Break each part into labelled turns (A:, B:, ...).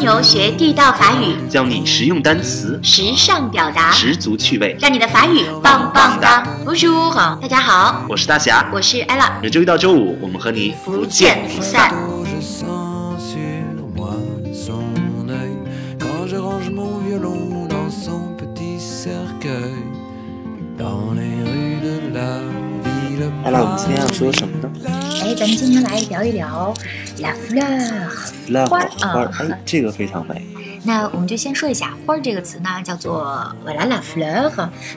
A: 游学地道法语，
B: 教你实用单词，
A: 时尚表达，
B: 十足趣味。
A: 让你的法语棒棒哒！不是乌大家好，
B: 我是大侠，
A: 我是 Ella，
B: 每周一到周五，我们和你
A: 不见不散。
C: Je sens sur moi son œil quand je range mon violon dans son petit cercueil dans les rues de la ville.
B: 艾拉，我们哎今天要说什么呢
A: 哎，咱们今天来聊一聊 La fleur。
B: ？love
A: 花儿
B: 花儿
A: 啊，
B: 哎，这个非常美。
A: 那我们就先说一下“花儿”这个词呢，叫做 “voilà la fleur”。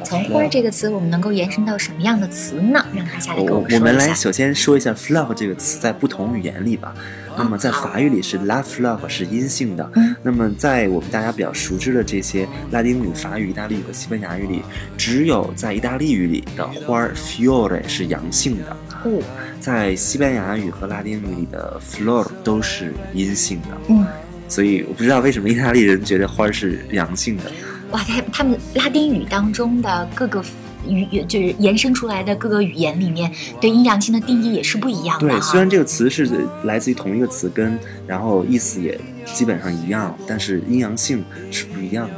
A: 从“花儿”这个词，我们能够延伸到什么样的词呢？让他下来
B: 我
A: 跟
B: 我
A: 哦们说
B: 我们来
A: 一下。
B: 首先说一下 “flog” 这个词在不同语言里吧。那么在法语里是 “la flog” 是阴性的
A: 嗯，
B: 那么在我们大家比较熟知的这些拉丁语、法语、意大利语和西班牙语里，只有在意大利语里的花儿 “fiore” 是阳性的，
A: 哦，
B: 在西班牙语和拉丁语里的 “flor” 都是阴性的。
A: 嗯，
B: 所以我不知道为什么意大利人觉得花儿是阳性的。
A: 哇，他他们拉丁语当中的各个语语就是延伸出来的各个语言里面，对阴阳性的定义也是不一样的啊
B: 对，
A: 哈。
B: 虽然这个词是来自于同一个词根，然后意思也基本上一样，但是阴阳性是不一样的。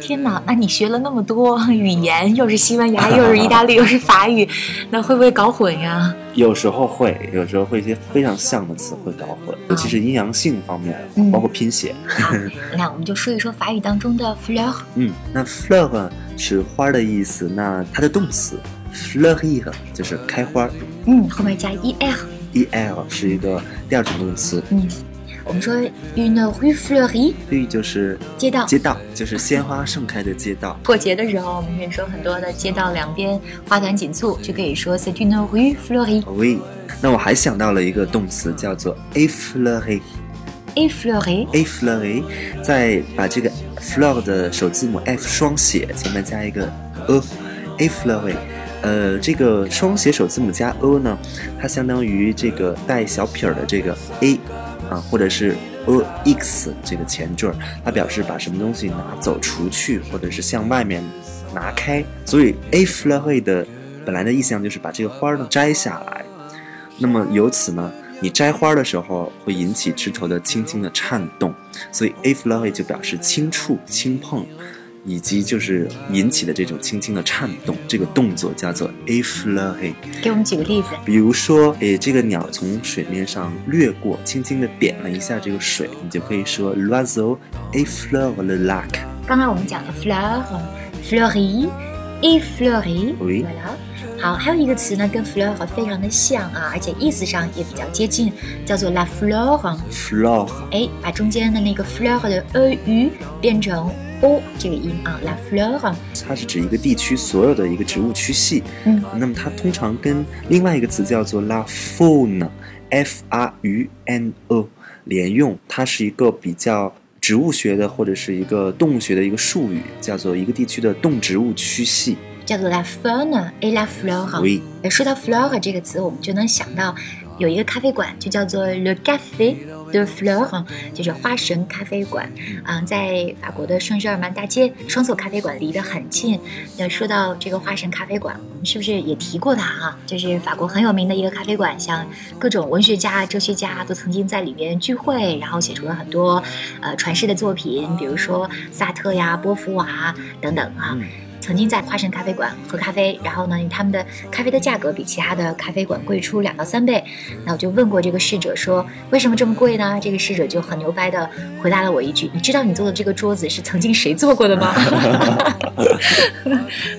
A: 天哪，啊那你学了那么多语言，又是西班牙，又是意大利，又是法语，那会不会搞混呀、
B: 有时候会，有时候会一些非常像的词会搞混，尤其是阴阳性方面
A: 嗯，
B: 包括拼写。
A: 好，那我们就说一说法语当中的 fleur。
B: 嗯，那 fleur 是花儿的意思，那它的动词 fleurir 就是开花儿
A: 嗯，后面加 e r。
B: ，e l 是一个第二种动词，
A: 嗯，我们说 une rue fleurie，
B: 绿就是
A: 街道
B: 街道，就是鲜花盛开的街道。
A: 过节的时候，我们人生很多的街道两边花团锦簇，就可以说 c'est une rue fleurie。
B: oui，那我还想到了一个动词叫做 effleurer。
A: et fleurie，
B: a f l o r 再把这个 flower 的首字母 f 双写，前面加一个 a a f l o r 呃，这个双写首字母加 o 呢，它相当于这个带小撇儿的这个 a 啊，或者是 o x 这个前缀儿，它表示把什么东西拿走、除去，或者是向外面拿开。所以 a f l o r 的本来的意象就是把这个花儿呢摘下来。那么由此呢，你摘花的时候会引起枝头的轻轻的颤动，所以 a f l o r 就表示轻触、轻碰，以及就是引起的这种轻轻的颤动，这个动作叫做 a f l o r
A: 给我们举个例子。
B: 比如说，诶，这个鸟从水面上掠过，轻轻的点了一下这个水，你就可以说 l'oiseau a f l o r le lac。
A: 刚刚我们讲的 fleur、fleurie、et fleurie，
B: Oui
A: 对了。好，还有一个词呢，跟 fleur 非常的像啊，而且意思上也比较接近，叫做 la fleur。
B: flor
A: 哎，把中间的那个 fleur 的 e u 变成 o 这个音啊，la fleur。
B: 它是指一个地区所有的一个植物区系，
A: 嗯，
B: 那么它通常跟另外一个词叫做 la fauna，f r u n o 连用，它是一个比较植物学的或者是一个动物学的一个术语，叫做一个地区的动植物区系。
A: 叫做 la fauna et la flora。
B: oui，
A: 呃说到 flora 这个词，我们就能想到有一个咖啡馆，就叫做 Le Café de Flore，就是花神咖啡馆。啊、在法国的圣日耳曼大街双错咖啡馆离得很近。那说到这个花神咖啡馆，我们是不是也提过它哈、就是法国很有名的一个咖啡馆，像各种文学家、哲学家都曾经在里面聚会，然后写出了很多呃传世的作品，比如说萨特呀、波伏娃等等啊。
B: 嗯
A: 曾经在花神咖啡馆喝咖啡，然后呢，他们的咖啡的价格比其他的咖啡馆贵出两到三倍。那我就问过这个侍者说，为什么这么贵呢？这个侍者就很牛掰的回答了我一句：“你知道你坐的这个桌子是曾经谁坐过的吗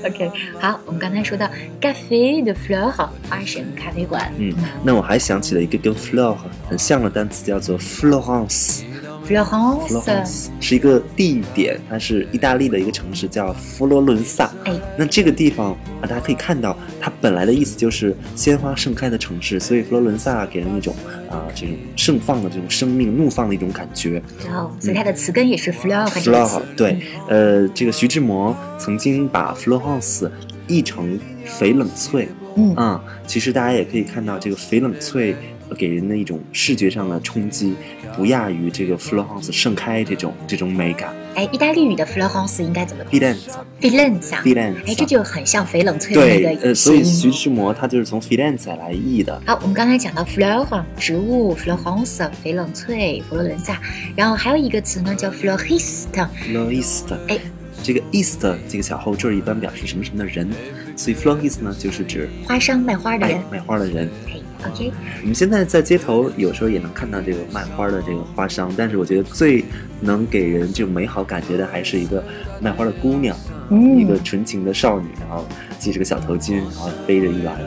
A: ？”OK，好，我们刚才说到 Café de Fleur 花神咖啡馆，
B: 嗯，那我还想起了一个跟 flor 很像的单词，叫做 Florence。
A: ，Florence，
B: Florence 是一个地点，它是意大利的一个城市，叫佛罗伦萨。
A: 哎
B: 那这个地方啊，大家可以看到，它本来的意思就是鲜花盛开的城市，所以佛罗伦萨给人一种啊、这种盛放的这种生命怒放的一种感觉。
A: 然后所以它的词根也是 Fleur 这个
B: Flor
A: 词，嗯
B: 对，呃，这个徐志摩曾经把 Florence 译成翡冷翠
A: 嗯，嗯，
B: 啊、其实大家也可以看到，这个翡冷翠给人的一种视觉上的冲击，不亚于这个 Florence 盛开这种这种美感。
A: 哎，意大利语的 florence 应该怎么
B: b i l e n
A: ？Firenze。
B: f i l e n
A: 哎，这就很像翡冷翠的那
B: 对，
A: 个
B: 呃，所以
A: 谐
B: 徐
A: 音。
B: 志摩他就是从 Firenze 来译的，
A: 好，我们刚才讲到 fleur 植物，florence 翡冷翠，佛罗伦萨，然后还有一个词呢叫 florist，
B: l e s t
A: 哎
B: 这个 east 这个小后缀儿一般表示什么什么的人，所以 florist 呢就是指
A: 花商卖花的人
B: 卖。卖花的人。
A: 哎，OK，
B: 我们现在在街头有时候也能看到这个卖花的这个花商，但是我觉得最能给人这种美好感觉的还是一个卖花的姑娘，啊一个
A: 嗯，
B: 纯情的少女，然后系着个小头巾，然后背着一篮子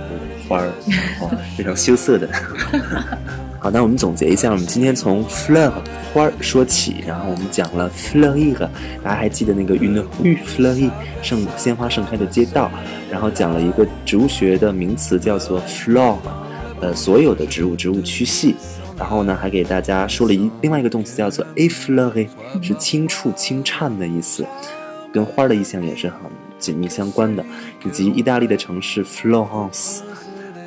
B: 花儿，然后非常羞涩的。 好，那我们总结一下，我们今天从 fleur 花儿说起，然后我们讲了 fleur，大家还记得那个云的 u fleur 盛鲜花盛开的街道，然后讲了一个植物学的名词叫做 flora，呃，所有的植物植物区系。然后呢，还给大家说了一另外一个动词叫做 effleurer，是轻触、轻颤的意思，跟花儿的意象也是很紧密相关的，以及意大利的城市 Florence，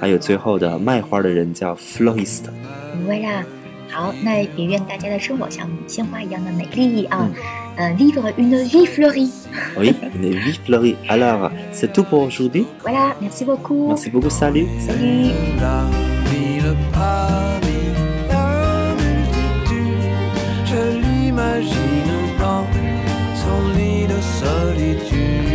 B: 还有最后的卖花的人叫 florist。
A: 嗯明白啦。好，那也愿大家的生活像鲜花一样的美丽啊！呃，vivre une vie fleurie。
B: Oui, une 哎 vie fleurie. Alors, c'est tout pour aujourd'hui.
A: Voilà, merci beaucoup.
B: Merci beaucoup, salut.
A: Salut.
C: La ville Paris, la multitude, je l'imagine dans son lit de solitude.